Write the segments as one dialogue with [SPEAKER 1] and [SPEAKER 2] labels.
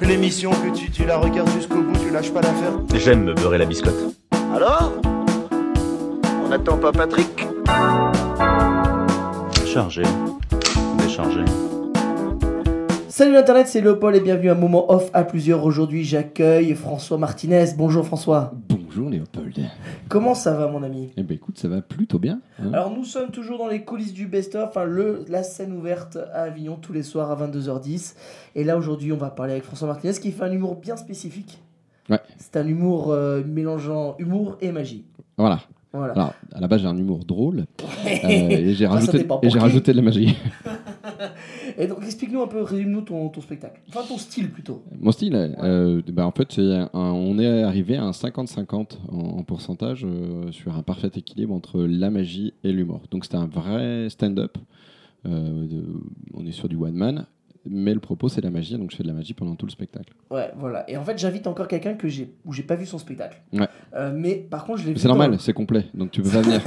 [SPEAKER 1] L'émission que tu, tu la regardes jusqu'au bout, tu lâches pas l'affaire.
[SPEAKER 2] J'aime me beurrer la biscotte.
[SPEAKER 3] Alors On n'attend pas Patrick
[SPEAKER 2] Chargé. Déchargé.
[SPEAKER 4] Salut l'internet, c'est Léopold et bienvenue à Moment Off à plusieurs. Aujourd'hui, j'accueille François Martinez. Bonjour François.
[SPEAKER 5] Bonjour Léopold.
[SPEAKER 4] Comment ça va mon ami
[SPEAKER 5] Eh ben écoute, ça va plutôt bien. hein.
[SPEAKER 4] Alors nous sommes toujours dans les coulisses du best-of, hein, le, la scène ouverte à Avignon tous les soirs à 22h10. Et là aujourd'hui, on va parler avec François Martinez qui fait un humour bien spécifique.
[SPEAKER 5] Ouais.
[SPEAKER 4] C'est un humour euh, mélangeant humour et magie.
[SPEAKER 5] Voilà.
[SPEAKER 4] Voilà.
[SPEAKER 5] Alors, à la base, j'ai un humour drôle. euh, et j'ai rajouté,
[SPEAKER 4] dépend pour
[SPEAKER 5] et j'ai
[SPEAKER 4] qui.
[SPEAKER 5] rajouté de la magie.
[SPEAKER 4] Et donc explique-nous un peu, résume-nous ton, ton spectacle. Enfin ton style plutôt.
[SPEAKER 5] Mon style, euh, bah, en fait, c'est un- on est arrivé à un 50-50 en, en pourcentage euh, sur un parfait équilibre entre la magie et l'humour. Donc, c'était un vrai stand-up. Euh, de- on est sur du one-man. Mais le propos, c'est la magie. Donc, je fais de la magie pendant tout le spectacle.
[SPEAKER 4] Ouais, voilà. Et en fait, j'invite encore quelqu'un que j'ai où j'ai pas vu son spectacle.
[SPEAKER 5] Ouais.
[SPEAKER 4] Euh, mais par contre, je l'ai
[SPEAKER 5] Mais
[SPEAKER 4] vu.
[SPEAKER 5] C'est
[SPEAKER 4] dans-
[SPEAKER 5] normal, c'est complet. Donc, tu peux pas venir.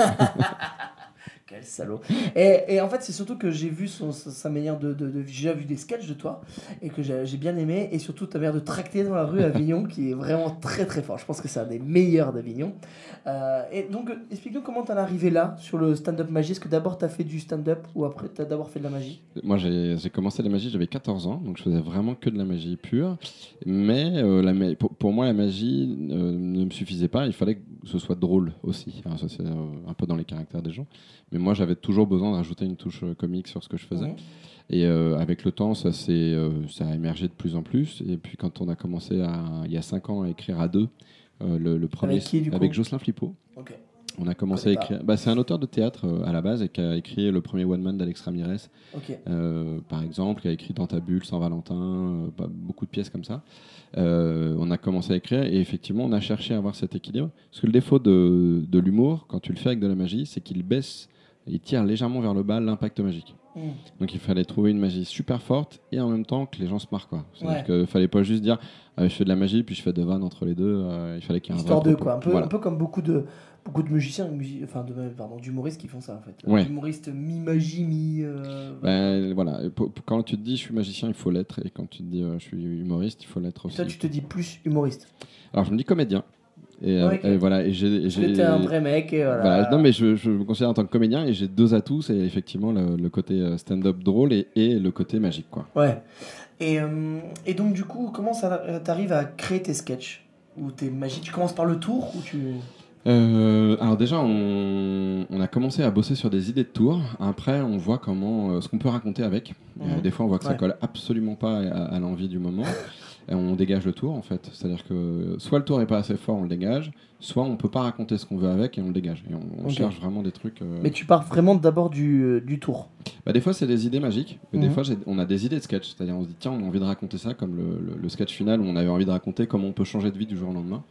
[SPEAKER 4] Quel salaud. Et, et en fait, c'est surtout que j'ai vu son, sa sa manière de. de, de- j'ai déjà vu des sketchs de toi et que j'ai j'ai bien aimé. Et surtout ta manière de tracter dans la rue à Avignon qui est vraiment très très fort. Je pense que c'est un des meilleurs d'Avignon. Euh, et donc, euh, explique-nous comment t'en es arrivé là sur le stand-up magie. Est-ce que d'abord t'as fait du stand-up ou après t'as d'abord fait de la magie
[SPEAKER 5] Moi, j'ai j'ai commencé la magie, j'avais 14 ans, donc je faisais vraiment que de la magie pure. Mais euh, la ma- pour, pour moi, la magie euh, ne me suffisait pas, il fallait que ce soit drôle aussi. Alors, ça, c'est euh, un peu dans les caractères des gens. Mais moi, j'avais toujours besoin de rajouter une touche euh, comique sur ce que je faisais.
[SPEAKER 4] Mhm.
[SPEAKER 5] Et euh, avec le temps, ça, s'est, euh, ça a émergé de plus en plus. Et puis, quand on a commencé, à, il y a 5 ans, à écrire à deux, euh, le, le premier.
[SPEAKER 4] qui, du coup
[SPEAKER 5] avec Jocelyn Flippo.
[SPEAKER 4] Ok.
[SPEAKER 5] On a commencé à
[SPEAKER 4] connais pas.
[SPEAKER 5] écrire. Bah, c'est un auteur de théâtre euh, à la base et qui a écrit le premier One Man d'Alex Ramirez
[SPEAKER 4] Ok.
[SPEAKER 5] euh, par exemple, qui a écrit Dans ta bulle, Saint Valentin, euh, pas- beaucoup de pièces comme ça. Euh, on a commencé à écrire et effectivement, on a cherché à avoir cet équilibre. Parce que le défaut de, de l'humour, quand tu le fais avec de la magie, c'est qu'il baisse, il tire légèrement vers le bas l'impact magique.
[SPEAKER 4] Mm.
[SPEAKER 5] Donc il fallait trouver une magie super forte et en même temps que les gens se marquent. quoi. C'est-à-dire
[SPEAKER 4] Ouais.
[SPEAKER 5] qu'il fallait pas juste dire euh, je fais de la magie puis je fais de vannes entre les deux. euh, il fallait qu'il y ait un vrai
[SPEAKER 4] Histoire de
[SPEAKER 5] propos.
[SPEAKER 4] quoi, un peu,
[SPEAKER 5] Voilà.
[SPEAKER 4] un peu comme beaucoup de, beaucoup de musiciens, musi- enfin de, pardon, d'humoristes qui font ça en fait.
[SPEAKER 5] Ouais.
[SPEAKER 4] Humoristes mi-magie, mi. euh,
[SPEAKER 5] Ben, voilà. Et pour- pour- Quand tu te dis je suis magicien, il faut l'être. Et quand tu te dis euh, je suis humoriste, il faut l'être aussi.
[SPEAKER 4] Toi, tu te dis plus humoriste.
[SPEAKER 5] Alors je me dis comédien. Et, euh,
[SPEAKER 4] Ouais, ok.
[SPEAKER 5] et voilà, et j'ai. et
[SPEAKER 4] Parce que
[SPEAKER 5] j'ai-
[SPEAKER 4] t'es un vrai mec et voilà.
[SPEAKER 5] voilà, non mais je, je me considère en tant que comédien et j'ai deux atouts, c'est effectivement le, le côté euh, stand-up drôle et, et le côté magique quoi.
[SPEAKER 4] Ouais. Et, euh, et donc, du coup, comment ça euh, t'arrives à créer tes sketchs Ou tes magies Tu commences par le tour ou tu.
[SPEAKER 5] Euh, alors déjà on, on a commencé à bosser sur des idées de tours. Après on voit comment euh, ce qu'on peut raconter avec. Euh,
[SPEAKER 4] Mhm.
[SPEAKER 5] des fois on voit que
[SPEAKER 4] Ouais.
[SPEAKER 5] ça colle absolument pas à, à l'envie du moment. Et on dégage le tour en fait. C'est-à-dire que soit le tour est pas assez fort, on le dégage, soit on peut pas raconter ce qu'on veut avec et on le dégage. Et on, on
[SPEAKER 4] Ok.
[SPEAKER 5] cherche vraiment des trucs. euh,
[SPEAKER 4] Mais tu pars vraiment d'abord du, euh, du tour.
[SPEAKER 5] Bah, des fois, c'est des idées magiques. mais Des
[SPEAKER 4] Mhm.
[SPEAKER 5] fois, j'ai- on a des idées de sketch. C'est-à-dire, on se dit, tiens, on a envie de raconter ça, comme le, le- le sketch final où on avait envie de raconter comment on peut changer de vie du jour au lendemain.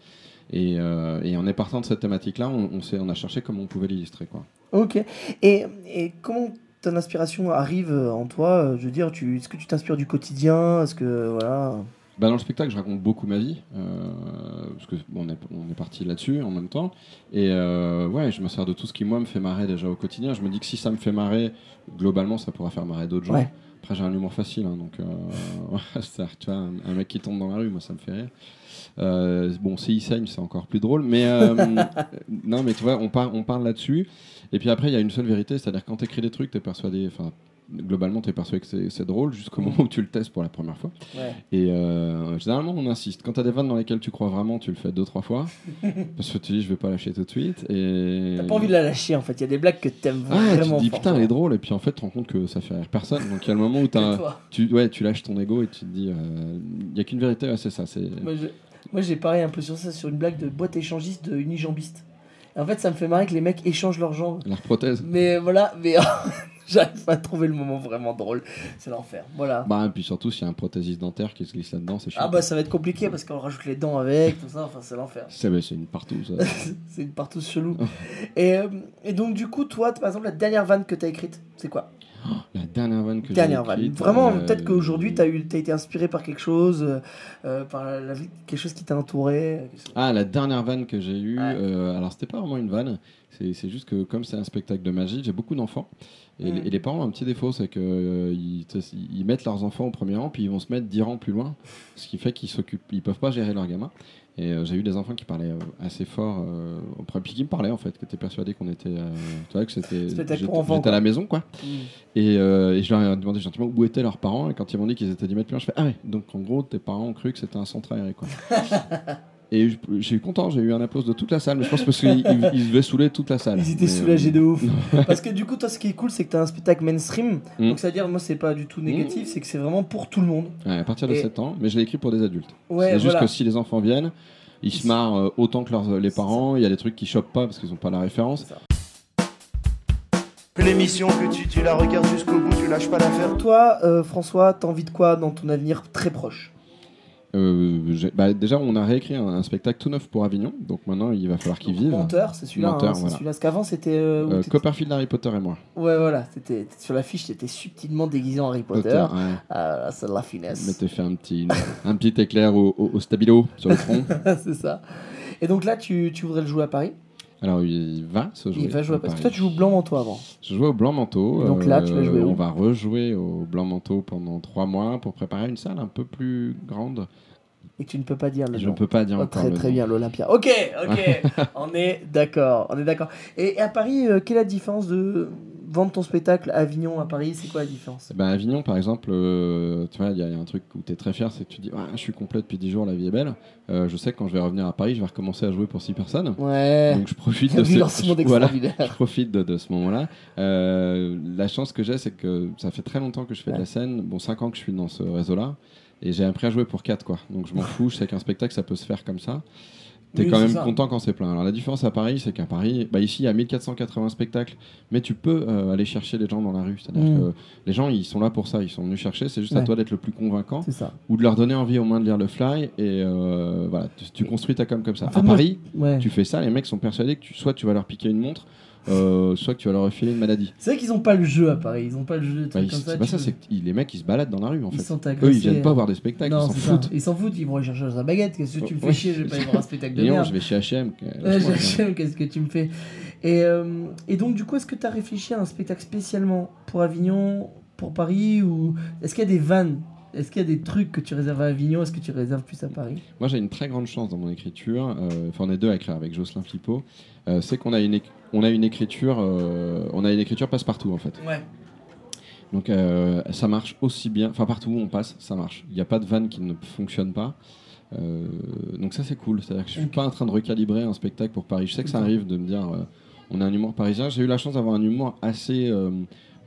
[SPEAKER 5] Et, euh, et en est partant de cette thématique-là, on, on, s'est- on a cherché comment on pouvait l'illustrer. quoi.
[SPEAKER 4] Ok. Et, et comment ton inspiration arrive euh, en toi Euh, Je veux dire, tu, est-ce que tu t'inspires du quotidien Est-ce que. Voilà.
[SPEAKER 5] Bah, dans le spectacle, je raconte beaucoup ma vie, euh, parce que bon, on est, on est parti là-dessus en même temps. Et euh, ouais, je me sers de tout ce qui, moi, me fait marrer déjà au quotidien. Je me dis que si ça me fait marrer, globalement, ça pourra faire marrer d'autres gens.
[SPEAKER 4] Ouais.
[SPEAKER 5] Après, j'ai un humour facile, hein, donc euh, c'est-à-dire, tu vois, un, un mec qui tombe dans la rue, moi, ça me fait rire. Euh, bon, si il saigne, c'est encore plus drôle, mais euh, non, mais tu vois, on, par- on parle là-dessus. Et puis après, il y a une seule vérité, c'est-à-dire quand tu écris des trucs, tu es persuadé, enfin, globalement, tu es persuadé que c'est- c'est drôle jusqu'au moment où tu le testes pour la première fois.
[SPEAKER 4] Ouais.
[SPEAKER 5] Et euh, généralement, on insiste. Quand t'as des vannes dans lesquelles tu crois vraiment, tu le fais deux, trois fois. parce que tu dis, je vais pas lâcher tout de suite. Et...
[SPEAKER 4] T'as pas envie de la lâcher en fait. Il y a des blagues que t'aimes
[SPEAKER 5] Ah, tu
[SPEAKER 4] vraiment.
[SPEAKER 5] te dis,
[SPEAKER 4] fort,
[SPEAKER 5] putain,
[SPEAKER 4] toi.
[SPEAKER 5] elle est drôle. Et puis en fait, tu te rends compte que ça fait rire personne. Donc il y a le moment où
[SPEAKER 4] Que
[SPEAKER 5] t'as-
[SPEAKER 4] toi.
[SPEAKER 5] tu, ouais, tu lâches ton ego et tu te dis, il n'y a qu'une vérité, ouais, c'est ça. C'est...
[SPEAKER 4] Moi, je- moi, j'ai parlé un peu sur ça, sur une blague de boîte échangiste de unijambiste. Et en fait, ça me fait marrer que les mecs échangent leurs jambes.
[SPEAKER 5] La prothèse.
[SPEAKER 4] Mais voilà, mais j'arrive pas à trouver le moment vraiment drôle. C'est l'enfer. Voilà.
[SPEAKER 5] Bah, et puis surtout, s'il y a un prothésiste dentaire qui se glisse là-dedans, c'est chiant.
[SPEAKER 4] Ah bah ça va être compliqué parce qu'on rajoute les dents avec, tout ça, enfin c'est l'enfer.
[SPEAKER 5] c'est, bah, c'est une partout, ça.
[SPEAKER 4] c'est une partout chelou. Et, euh, et donc du coup, toi, t- par exemple, la dernière vanne que t'as écrite, c'est quoi
[SPEAKER 5] La dernière vanne que j'ai
[SPEAKER 4] Dernière vanne.
[SPEAKER 5] écrite,
[SPEAKER 4] Vraiment,
[SPEAKER 5] euh,
[SPEAKER 4] peut-être qu'aujourd'hui, t'as eu- t'as été inspiré par quelque chose, euh, euh, par la- la vie- quelque chose qui t'a entouré. euh, quelque chose-
[SPEAKER 5] Ah, la dernière vanne que j'ai eue,
[SPEAKER 4] Ouais.
[SPEAKER 5] euh, alors c'était pas vraiment une vanne, c'est c'est juste que comme c'est un spectacle de magie, j'ai beaucoup d'enfants. Et,
[SPEAKER 4] Mm.
[SPEAKER 5] les- et les parents ont un petit défaut, c'est qu'ils ils mettent leurs enfants au premier rang, puis ils vont se mettre 10 rangs plus loin, ce qui fait qu'ils s'occupent, ils peuvent pas gérer leurs gamins. Et euh, j'ai eu des enfants qui parlaient euh, assez fort, euh, au premier- puis qui me parlaient en fait, qui étaient persuadés qu'on était, euh, tu vois, que c'était,
[SPEAKER 4] Spectacle
[SPEAKER 5] j'étais
[SPEAKER 4] pour enfants,
[SPEAKER 5] j'étais à
[SPEAKER 4] quoi.
[SPEAKER 5] la maison quoi. Et, euh, et je leur ai demandé gentiment où étaient leurs parents. Et quand ils m'ont dit qu'ils étaient 10 mètres plus loin, je fais Ah ouais, donc en gros, tes parents ont cru que c'était un centre aéré. Quoi. et je, je suis content, j'ai eu un applause de toute la salle. Mais je pense parce qu'ils ils- ils devaient saouler toute la salle.
[SPEAKER 4] Ils étaient
[SPEAKER 5] Mais,
[SPEAKER 4] soulagés
[SPEAKER 5] euh,
[SPEAKER 4] de ouf. Parce que du coup, toi, ce qui est cool, c'est que t'as un spectacle mainstream.
[SPEAKER 5] Mm.
[SPEAKER 4] Donc, c'est-à-dire, moi, c'est pas du tout négatif, c'est que c'est vraiment pour tout le monde.
[SPEAKER 5] euh, ouais, à partir de
[SPEAKER 4] Et-
[SPEAKER 5] 7 ans, mais je l'ai écrit pour des adultes.
[SPEAKER 4] Ouais,
[SPEAKER 5] c'est juste
[SPEAKER 4] voilà.
[SPEAKER 5] que si les enfants viennent, ils se marrent euh, autant que leurs, les parents. Il y a des trucs qui chopent pas parce qu'ils n'ont pas la référence.
[SPEAKER 1] L'émission que tu, tu la regardes jusqu'au bout, tu lâches pas l'affaire.
[SPEAKER 4] Toi, euh, François, t'as envie de quoi dans ton avenir très proche
[SPEAKER 5] Euh, j'ai- bah, déjà, on a réécrit un, un spectacle tout neuf pour Avignon. Donc maintenant, il va falloir qu'ils vivent.
[SPEAKER 4] Menteur, c'est celui-là.
[SPEAKER 5] Menteur,
[SPEAKER 4] hein, c'est
[SPEAKER 5] voilà.
[SPEAKER 4] celui-là. Parce qu'avant, c'était. euh, où
[SPEAKER 5] Euh,
[SPEAKER 4] t'étais-
[SPEAKER 5] Copperfield, Harry Potter et moi.
[SPEAKER 4] Ouais, voilà. C'était sur l'affiche, t'étais subtilement déguisé en Harry Potter.
[SPEAKER 5] Potter, ouais.
[SPEAKER 4] Ah, là, c'est de la
[SPEAKER 5] Mais
[SPEAKER 4] finesse.
[SPEAKER 5] t'es fait un petit, un petit éclair au, au- au stabilo sur le front.
[SPEAKER 4] c'est ça. Et donc là, tu, tu voudrais le jouer à Paris
[SPEAKER 5] Alors il va se jouer.
[SPEAKER 4] Il va jouer
[SPEAKER 5] à
[SPEAKER 4] à Paris. Parce que toi,
[SPEAKER 5] Paris.
[SPEAKER 4] tu joues blanc manteau avant.
[SPEAKER 5] Je jouais au Blanc Manteau. Euh,
[SPEAKER 4] Et donc là, tu vas jouer où
[SPEAKER 5] On va rejouer au Blanc Manteau pendant trois mois pour préparer une salle un peu plus grande.
[SPEAKER 4] Et tu ne peux pas dire le
[SPEAKER 5] Je ne
[SPEAKER 4] nom.
[SPEAKER 5] peux pas dire
[SPEAKER 4] Oh,
[SPEAKER 5] encore.
[SPEAKER 4] très
[SPEAKER 5] le
[SPEAKER 4] très
[SPEAKER 5] nom.
[SPEAKER 4] bien l'Olympia. Ok, ok, on est d'accord, on est d'accord. Et, et à Paris, euh, quelle est la différence de vendre ton spectacle à Avignon à Paris C'est quoi la différence
[SPEAKER 5] Eh ben, à Avignon, par exemple, euh, tu vois, il y a un truc où tu es très fier, c'est que tu dis Ah, Je suis complet depuis 10 jours, la vie est belle. Euh, je sais que quand je vais revenir à Paris, je vais recommencer à jouer pour 6 personnes.
[SPEAKER 4] Ouais,
[SPEAKER 5] Donc je profite de
[SPEAKER 4] vu
[SPEAKER 5] ce
[SPEAKER 4] lancement
[SPEAKER 5] Euh, Voilà.
[SPEAKER 4] d'extraordinaire.
[SPEAKER 5] je profite de, de ce moment-là. Euh, la chance que j'ai, c'est que ça fait très longtemps que je fais de
[SPEAKER 4] Ouais.
[SPEAKER 5] la scène. Bon, 5 ans que je suis dans ce réseau-là. Et j'ai appris à jouer pour 4, quoi. Donc je m'en fous, je sais qu'un spectacle, ça peut se faire comme ça. T'es
[SPEAKER 4] Oui,
[SPEAKER 5] quand
[SPEAKER 4] c'est
[SPEAKER 5] même
[SPEAKER 4] ça.
[SPEAKER 5] content quand c'est plein. Alors la différence à Paris, c'est qu'à Paris, bah, ici, il y a 1480 spectacles, mais tu peux euh, aller chercher les gens dans la rue. C'est-à-dire
[SPEAKER 4] Mm.
[SPEAKER 5] que les gens, ils sont là pour ça, ils sont venus chercher. C'est juste à
[SPEAKER 4] Ouais.
[SPEAKER 5] toi d'être le plus convaincant
[SPEAKER 4] C'est ça.
[SPEAKER 5] ou de leur donner envie au moins de lire le fly. Et euh, voilà, tu, tu construis ta com comme ça.
[SPEAKER 4] Enfin,
[SPEAKER 5] à
[SPEAKER 4] moi,
[SPEAKER 5] Paris,
[SPEAKER 4] Ouais.
[SPEAKER 5] tu fais ça, les mecs sont persuadés que tu- soit tu vas leur piquer une montre, euh, soit que tu vas leur filer une maladie.
[SPEAKER 4] C'est vrai qu'ils n'ont pas le jeu à Paris, ils n'ont pas le jeu. des
[SPEAKER 5] Bah,
[SPEAKER 4] trucs
[SPEAKER 5] ils-
[SPEAKER 4] comme ça,
[SPEAKER 5] c'est pas
[SPEAKER 4] tu
[SPEAKER 5] ça,
[SPEAKER 4] veux.
[SPEAKER 5] c'est que ils- les mecs ils se baladent dans la rue en
[SPEAKER 4] ils
[SPEAKER 5] fait.
[SPEAKER 4] sont agressés.
[SPEAKER 5] Eux ils viennent pas voir des spectacles,
[SPEAKER 4] euh, hein. Non,
[SPEAKER 5] ils s'en
[SPEAKER 4] c'est ça.
[SPEAKER 5] foutent.
[SPEAKER 4] Ils s'en foutent, ils vont aller chercher dans la baguette. Qu'est-ce que tu me fais
[SPEAKER 5] Ouais.
[SPEAKER 4] chier Je vais pas aller voir un spectacle de
[SPEAKER 5] Et non,
[SPEAKER 4] merde.
[SPEAKER 5] je vais chez HM. euh,
[SPEAKER 4] Ouais,
[SPEAKER 5] lâche-moi,
[SPEAKER 4] je- Qu'est-ce que tu me fais et, euh, et donc, du coup, est-ce que tu as réfléchi à un spectacle spécialement pour Avignon, pour Paris ou Est-ce qu'il y a des vannes Est-ce qu'il y a des trucs que tu réserves à Avignon Est-ce que tu réserves plus à Paris
[SPEAKER 5] Moi, j'ai une très grande chance dans mon écriture. euh, Enfin, on est deux à écrire avec Jocelyn Flippot. euh, c'est qu'on a une éc- on a une écriture, euh, on a une écriture passe partout en fait.
[SPEAKER 4] Ouais.
[SPEAKER 5] Donc euh, ça marche aussi bien, enfin partout où on passe, ça marche. Il n'y a pas de vanne qui ne fonctionne pas. Euh, donc ça c'est cool, c'est-à-dire que je suis
[SPEAKER 4] Ok.
[SPEAKER 5] pas en train de recalibrer un spectacle pour Paris. Je sais que ça arrive de me dire, euh, on a un humour parisien. J'ai eu la chance d'avoir un humour assez euh,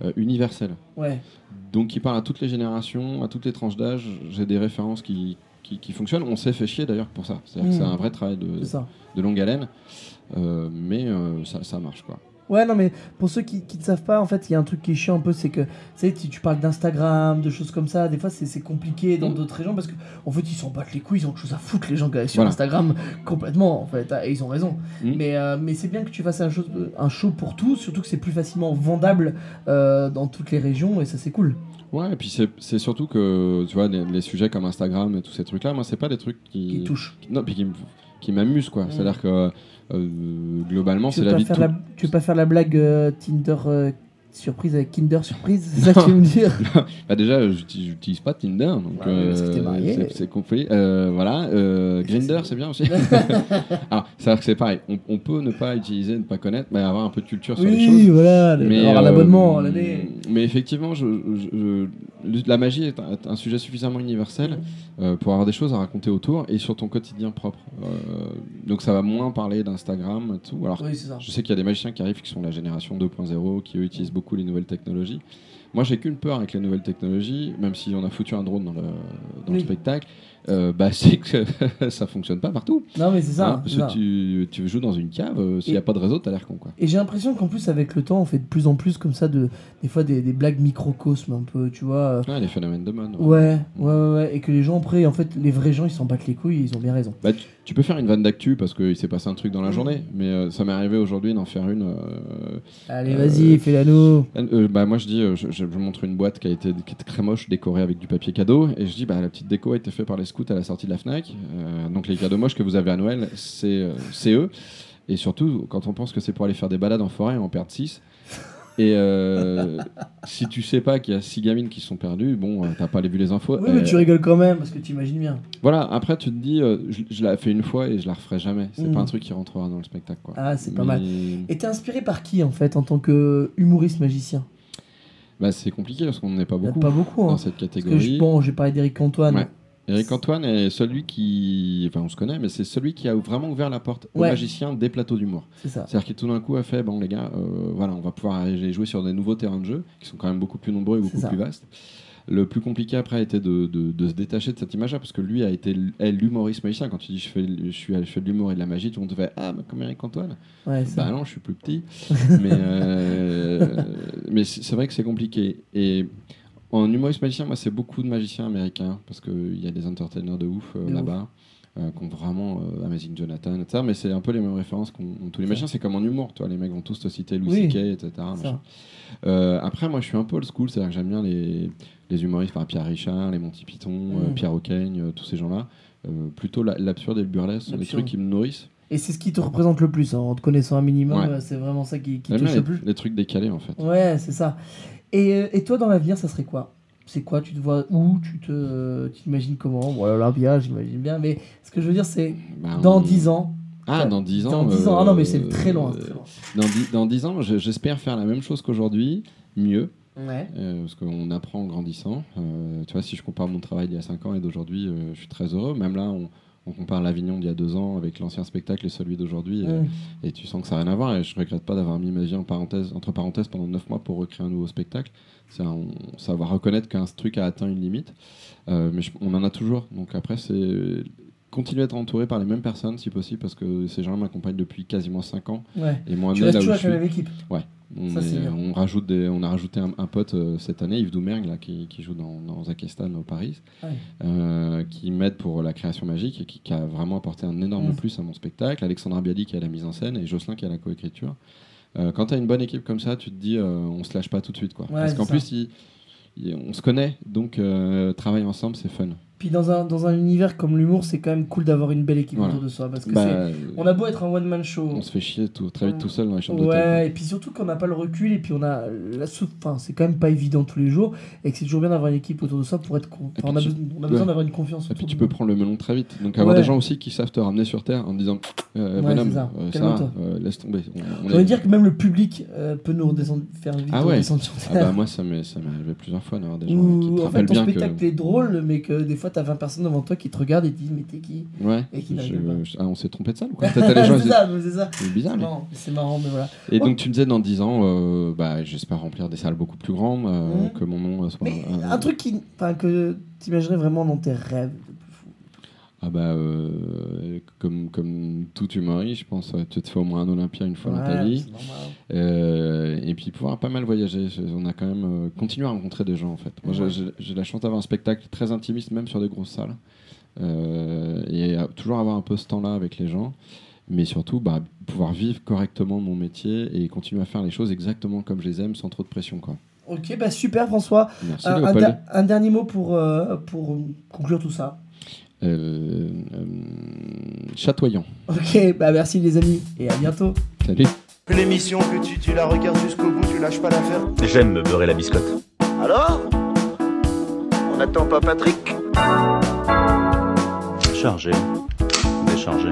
[SPEAKER 5] euh, universel,
[SPEAKER 4] Ouais.
[SPEAKER 5] donc qui parle à toutes les générations, à toutes les tranches d'âge. J'ai des références qui, qui, qui fonctionnent. On s'est fait chier d'ailleurs pour ça. C'est-à-dire que
[SPEAKER 4] Mm.
[SPEAKER 5] c'est un vrai travail de,
[SPEAKER 4] C'est ça.
[SPEAKER 5] de longue haleine, Euh, mais euh, ça, ça marche quoi.
[SPEAKER 4] Ouais, non, mais pour ceux qui, qui ne savent pas, en fait, il y a un truc qui est chiant un peu, c'est que, tu sais, si tu parles d'Instagram, de choses comme ça, des fois, c'est c'est compliqué dans
[SPEAKER 5] Mm.
[SPEAKER 4] d'autres régions parce que, en fait, ils s'en battent les couilles, ils ont autre chose à foutre, les gens qui sur
[SPEAKER 5] Voilà.
[SPEAKER 4] Instagram, complètement, en fait, et ils ont raison.
[SPEAKER 5] Mm.
[SPEAKER 4] Mais, euh, mais c'est bien que tu fasses un, chose, un show pour tout, surtout que c'est plus facilement vendable euh, dans toutes les régions, et ça, c'est cool.
[SPEAKER 5] Ouais, et puis c'est- c'est surtout que, tu vois, les, les sujets comme Instagram et tous ces trucs-là, moi, c'est pas des trucs
[SPEAKER 4] Qui
[SPEAKER 5] qui.
[SPEAKER 4] touche.
[SPEAKER 5] non, puis qui, me- qui m'amusent, quoi.
[SPEAKER 4] Mm.
[SPEAKER 5] C'est-à-dire que, euh, globalement,
[SPEAKER 4] Tu
[SPEAKER 5] c'est
[SPEAKER 4] veux,
[SPEAKER 5] la
[SPEAKER 4] pas
[SPEAKER 5] vie de
[SPEAKER 4] faire
[SPEAKER 5] tout-
[SPEAKER 4] la, tu veux pas faire la blague euh, Tinder euh, surprise avec Kinder surprise C'est ça que tu veux me dire
[SPEAKER 5] Bah, déjà, euh, j'uti- j'utilise pas Tinder, donc.
[SPEAKER 4] Ouais, mais parce que t'es
[SPEAKER 5] euh,
[SPEAKER 4] marié.
[SPEAKER 5] c'est- C'est compliqué. Euh, voilà. Euh, Grinder, c'est bien aussi. Alors, c'est-à-dire que c'est pareil. On, on peut ne pas utiliser, ne pas connaître, mais avoir un peu de culture sur les choses.
[SPEAKER 4] Oui, voilà, le- avoir un
[SPEAKER 5] euh,
[SPEAKER 4] abonnement à l'année.
[SPEAKER 5] Mais effectivement, je, je- je- la magie est un, est un sujet suffisamment universel euh, pour avoir des choses à raconter autour et sur ton quotidien propre. Euh, donc ça va moins parler d'Instagram et tout. Alors
[SPEAKER 4] Oui, c'est ça.
[SPEAKER 5] je sais qu'il y a des magiciens qui arrivent qui sont la génération 2.0, qui eux utilisent beaucoup les nouvelles technologies. Moi j'ai qu'une peur avec les nouvelles technologies, même si on a foutu un drone dans le, dans le
[SPEAKER 4] Oui.
[SPEAKER 5] spectacle, euh, bah, c'est que ça fonctionne pas partout.
[SPEAKER 4] Non, mais c'est ça.
[SPEAKER 5] Hein,
[SPEAKER 4] c'est
[SPEAKER 5] parce
[SPEAKER 4] ça.
[SPEAKER 5] que tu, tu joues dans une cave, euh, s'il n'y a
[SPEAKER 4] Et-
[SPEAKER 5] pas de réseau, t'as l'air con quoi.
[SPEAKER 4] Et j'ai l'impression qu'en plus, avec le temps, on fait de plus en plus comme ça, de, des fois des, des blagues microcosmes un peu, tu vois. euh,
[SPEAKER 5] Ouais, les phénomènes de mode. ouais.
[SPEAKER 4] Ouais, ouais, ouais, ouais, Et que les gens, après, en fait, les vrais gens, ils s'en battent les couilles, ils ont bien raison.
[SPEAKER 5] Bah, tu, tu peux faire une vanne d'actu parce qu'il s'est passé un truc dans la
[SPEAKER 4] Mm.
[SPEAKER 5] journée, mais euh, ça m'est arrivé aujourd'hui d'en faire une. euh,
[SPEAKER 4] Allez,
[SPEAKER 5] Euh,
[SPEAKER 4] vas-y, fais-la nous.
[SPEAKER 5] euh, bah, moi, je dis, euh, je, je- je, je montre une boîte qui a été qui est très moche, décorée avec du papier cadeau, et je dis bah la petite déco a été faite par les scouts à la sortie de la Fnac, euh, donc les cadeaux moches que vous avez à Noël, c'est euh, c'est eux, et surtout quand on pense que c'est pour aller faire des balades en forêt, on perd 6. Et euh, si tu sais pas qu'il y a 6 gamines qui sont perdues, bon, euh, t'as pas les vu les infos.
[SPEAKER 4] Oui, mais
[SPEAKER 5] euh,
[SPEAKER 4] tu rigoles quand même parce que tu imagines bien.
[SPEAKER 5] Voilà, après tu te dis, euh, je, je l'ai fait une fois et je la referai jamais. C'est
[SPEAKER 4] Mhm.
[SPEAKER 5] pas un truc qui rentrera dans le spectacle. Quoi.
[SPEAKER 4] Ah, c'est pas
[SPEAKER 5] Mais-
[SPEAKER 4] mal. Et t'es inspiré par qui en fait en tant que humoriste magicien
[SPEAKER 5] Bah, c'est compliqué parce qu'on n'est pas
[SPEAKER 4] Il y en a
[SPEAKER 5] beaucoup
[SPEAKER 4] Pas beaucoup. Hein.
[SPEAKER 5] dans cette
[SPEAKER 4] Parce que je
[SPEAKER 5] catégorie.
[SPEAKER 4] pense, j'ai parlé d'Eric Antoine.
[SPEAKER 5] Ouais. Eric Antoine est celui qui, enfin on se connaît, mais c'est celui qui a vraiment ouvert la porte aux
[SPEAKER 4] Ouais. Ah.
[SPEAKER 5] magiciens des plateaux d'humour.
[SPEAKER 4] C'est ça.
[SPEAKER 5] C'est-à-dire qu'il tout d'un coup a fait, bon les gars, euh, voilà, on va pouvoir aller jouer sur des nouveaux terrains de jeu qui sont quand même beaucoup plus nombreux et
[SPEAKER 4] C'est
[SPEAKER 5] beaucoup
[SPEAKER 4] ça.
[SPEAKER 5] plus vastes. Le plus compliqué après était de, de- de se détacher de cette image-là parce que lui a été l- est l'humoriste magicien. Quand tu dis je fais, je suis, je fais de l'humour et de la magie, tout le monde te fait ah mais comme Eric Antoine.
[SPEAKER 4] Ouais, c'est
[SPEAKER 5] Bah
[SPEAKER 4] ça.
[SPEAKER 5] non, je suis plus petit. mais euh, mais c'est c'est vrai que c'est compliqué. Et en humoriste magicien, moi, c'est beaucoup de magiciens américains parce qu'il y a des entertainers de ouf euh,
[SPEAKER 4] De
[SPEAKER 5] là-bas. euh, qui ont vraiment euh, Amazing Jonathan, etc. Mais c'est un peu les mêmes références qu'ont ont tous les magiciens. C'est comme en humour, toi. Les mecs vont tous te citer Louis
[SPEAKER 4] Oui,
[SPEAKER 5] C.K., etc. machin. Euh, après, moi, je suis un peu old school, c'est-à-dire que j'aime bien les, les humoristes, par Pierre Richard, les Monty Python, euh,
[SPEAKER 4] Mm.
[SPEAKER 5] Pierre O'Kane, euh, tous ces gens-là. Euh, plutôt la- l'absurde et le burlesque sont des
[SPEAKER 4] L'absurde.
[SPEAKER 5] trucs qui me nourrissent.
[SPEAKER 4] Et c'est ce qui te représente le plus hein, en te connaissant un minimum.
[SPEAKER 5] Ouais.
[SPEAKER 4] euh, C'est vraiment ça qui, qui
[SPEAKER 5] J'aime
[SPEAKER 4] touche le
[SPEAKER 5] bien les,
[SPEAKER 4] plus.
[SPEAKER 5] les trucs décalés en fait.
[SPEAKER 4] Ouais, c'est ça. Et, euh, et toi, dans l'avenir, ça serait quoi C'est quoi Tu te vois où Tu te euh, tu t'imagines comment Bon, l'Olympia, j'imagine bien. Mais ce que je veux dire, c'est
[SPEAKER 5] Bah,
[SPEAKER 4] dans
[SPEAKER 5] on-
[SPEAKER 4] 10 ans.
[SPEAKER 5] Ah, dans 10 ans.
[SPEAKER 4] Dans 10 ans. Ah
[SPEAKER 5] euh,
[SPEAKER 4] non, mais c'est très loin.
[SPEAKER 5] euh,
[SPEAKER 4] c'est très loin.
[SPEAKER 5] Dans, dix- dans 10 ans, je- j'espère faire la même chose qu'aujourd'hui, mieux,
[SPEAKER 4] Ouais.
[SPEAKER 5] euh, parce qu'on apprend en grandissant. Euh, tu vois, si je compare mon travail d'il y a 5 ans et d'aujourd'hui, euh, je suis très heureux. Même là, on, on compare l'Avignon d'il y a 2 ans avec l'ancien spectacle et celui d'aujourd'hui, euh, et-
[SPEAKER 4] Hum.
[SPEAKER 5] et, tu sens que ça n'a rien à voir. Et je regrette pas d'avoir mis ma vie en parenthèse, entre parenthèses pendant 9 mois pour recréer un nouveau spectacle. C'est un- on- savoir reconnaître qu'un truc a atteint une limite. Euh, mais je- on en a toujours. Donc après, c'est continuer à être entouré par les mêmes personnes si possible parce que ces gens-là m'accompagnent depuis quasiment 5 ans
[SPEAKER 4] Ouais.
[SPEAKER 5] et moi
[SPEAKER 4] Tu
[SPEAKER 5] là
[SPEAKER 4] restes toujours
[SPEAKER 5] où je
[SPEAKER 4] avec
[SPEAKER 5] suis
[SPEAKER 4] la même équipe.
[SPEAKER 5] on,
[SPEAKER 4] ça,
[SPEAKER 5] est-
[SPEAKER 4] c'est bien.
[SPEAKER 5] on rajoute des- on a rajouté un, un pote euh, cette année Yves Doumergue là, qui, qui joue dans, dans Zakestan au Paris
[SPEAKER 4] Ouais.
[SPEAKER 5] euh, qui m'aide pour la création magique et qui, qui a vraiment apporté un énorme
[SPEAKER 4] Mm.
[SPEAKER 5] plus à mon spectacle Alexandra Biali qui a la mise en scène et Jocelyn qui a la coécriture Euh, quand t'as une bonne équipe comme ça tu te dis euh, on se lâche pas tout de suite quoi
[SPEAKER 4] Ouais,
[SPEAKER 5] parce
[SPEAKER 4] c'est
[SPEAKER 5] qu'en
[SPEAKER 4] ça.
[SPEAKER 5] plus il- il- on se connaît donc euh, travailler ensemble c'est fun
[SPEAKER 4] Puis dans un, dans un univers comme l'humour, c'est quand même cool d'avoir une belle équipe
[SPEAKER 5] Voilà.
[SPEAKER 4] autour de soi. Parce que c'est-
[SPEAKER 5] Bah,
[SPEAKER 4] on a beau être un one-man show.
[SPEAKER 5] on se fait chier tout- très vite
[SPEAKER 4] on-
[SPEAKER 5] tout seul dans les chambres d'hôtel quoi.
[SPEAKER 4] Ouais, et puis surtout qu'on n'a pas le recul, et puis on a la sou- Enfin, c'est quand même pas évident tous les jours, et que c'est toujours bien d'avoir une équipe autour de soi pour être. con-
[SPEAKER 5] Et
[SPEAKER 4] Enfin, on
[SPEAKER 5] puis
[SPEAKER 4] a,
[SPEAKER 5] tu-
[SPEAKER 4] besoin- on a
[SPEAKER 5] ouais.
[SPEAKER 4] besoin d'avoir une confiance.
[SPEAKER 5] Et
[SPEAKER 4] autour
[SPEAKER 5] puis tu
[SPEAKER 4] de
[SPEAKER 5] peux
[SPEAKER 4] nous.
[SPEAKER 5] prendre le melon très vite. Donc avoir
[SPEAKER 4] Ouais.
[SPEAKER 5] des gens aussi qui savent te ramener sur terre en te disant
[SPEAKER 4] Ouais,
[SPEAKER 5] euh, bonhomme,
[SPEAKER 4] c'est ça.
[SPEAKER 5] euh, ça,
[SPEAKER 4] Calme-toi.
[SPEAKER 5] euh, laisse tomber. On- on
[SPEAKER 4] On
[SPEAKER 5] est-
[SPEAKER 4] veut dire que même le public euh, peut nous redescendre, faire vite
[SPEAKER 5] Ah ouais.
[SPEAKER 4] redescendre sur terre.
[SPEAKER 5] Ah bah moi ça m'est ça m'est arrivé plusieurs fois d'avoir des gens qui
[SPEAKER 4] Ou
[SPEAKER 5] te
[SPEAKER 4] en fait,
[SPEAKER 5] rappellent
[SPEAKER 4] ton
[SPEAKER 5] bien que.
[SPEAKER 4] spectacle est drôle, mais que des fois t'as 20 personnes devant toi qui te regardent et te disent Mais t'es qui
[SPEAKER 5] Ouais.
[SPEAKER 4] et qui
[SPEAKER 5] Je-
[SPEAKER 4] n'arrivent pas.
[SPEAKER 5] je- ah, on s'est trompé de salle ou quoi T'as- t'as les gens, ils
[SPEAKER 4] C'est
[SPEAKER 5] disent, Ah,
[SPEAKER 4] ça, mais c'est ça.
[SPEAKER 5] C'est bizarre.
[SPEAKER 4] C'est
[SPEAKER 5] lui.
[SPEAKER 4] marrant, c'est marrant, mais voilà.
[SPEAKER 5] Et donc tu me disais dans 10 ans, euh, bah, j'espère remplir des salles beaucoup plus grandes, euh,
[SPEAKER 4] Mhm.
[SPEAKER 5] que mon nom euh, soit.
[SPEAKER 4] Mais
[SPEAKER 5] un-
[SPEAKER 4] un truc qui, enfin, que t'imaginerais vraiment dans tes rêves. de plus fou.
[SPEAKER 5] Ah bah euh, comme comme tout humoriste, je pense, euh, tu te fais au moins un Olympia une fois dans ta
[SPEAKER 4] Ouais,
[SPEAKER 5] vie.
[SPEAKER 4] c'est normal.
[SPEAKER 5] Euh, et puis pouvoir pas mal voyager. Je- On a quand même euh, continué à rencontrer des gens en fait. Moi j'ai-
[SPEAKER 4] Ouais.
[SPEAKER 5] j'ai j'ai la chance d'avoir un spectacle très intimiste, même sur des grosses salles. Euh, et à- toujours avoir un peu ce temps-là avec les gens. Mais surtout, bah, pouvoir vivre correctement mon métier et continuer à faire les choses exactement comme je les aime sans trop de pression. Quoi.
[SPEAKER 4] Ok, bah super, François.
[SPEAKER 5] Merci
[SPEAKER 4] Euh, Un, un
[SPEAKER 5] Léopold.
[SPEAKER 4] der- un dernier mot pour, euh, pour conclure tout ça.
[SPEAKER 5] Euh, euh, chatoyant.
[SPEAKER 4] Ok, bah merci les amis et à bientôt.
[SPEAKER 5] Salut.
[SPEAKER 1] L'émission que tu, tu la regardes jusqu'au bout, tu lâches pas l'affaire.
[SPEAKER 2] J'aime me beurrer la biscotte.
[SPEAKER 3] Alors On n'attend pas Patrick
[SPEAKER 2] Chargé. Déchargé.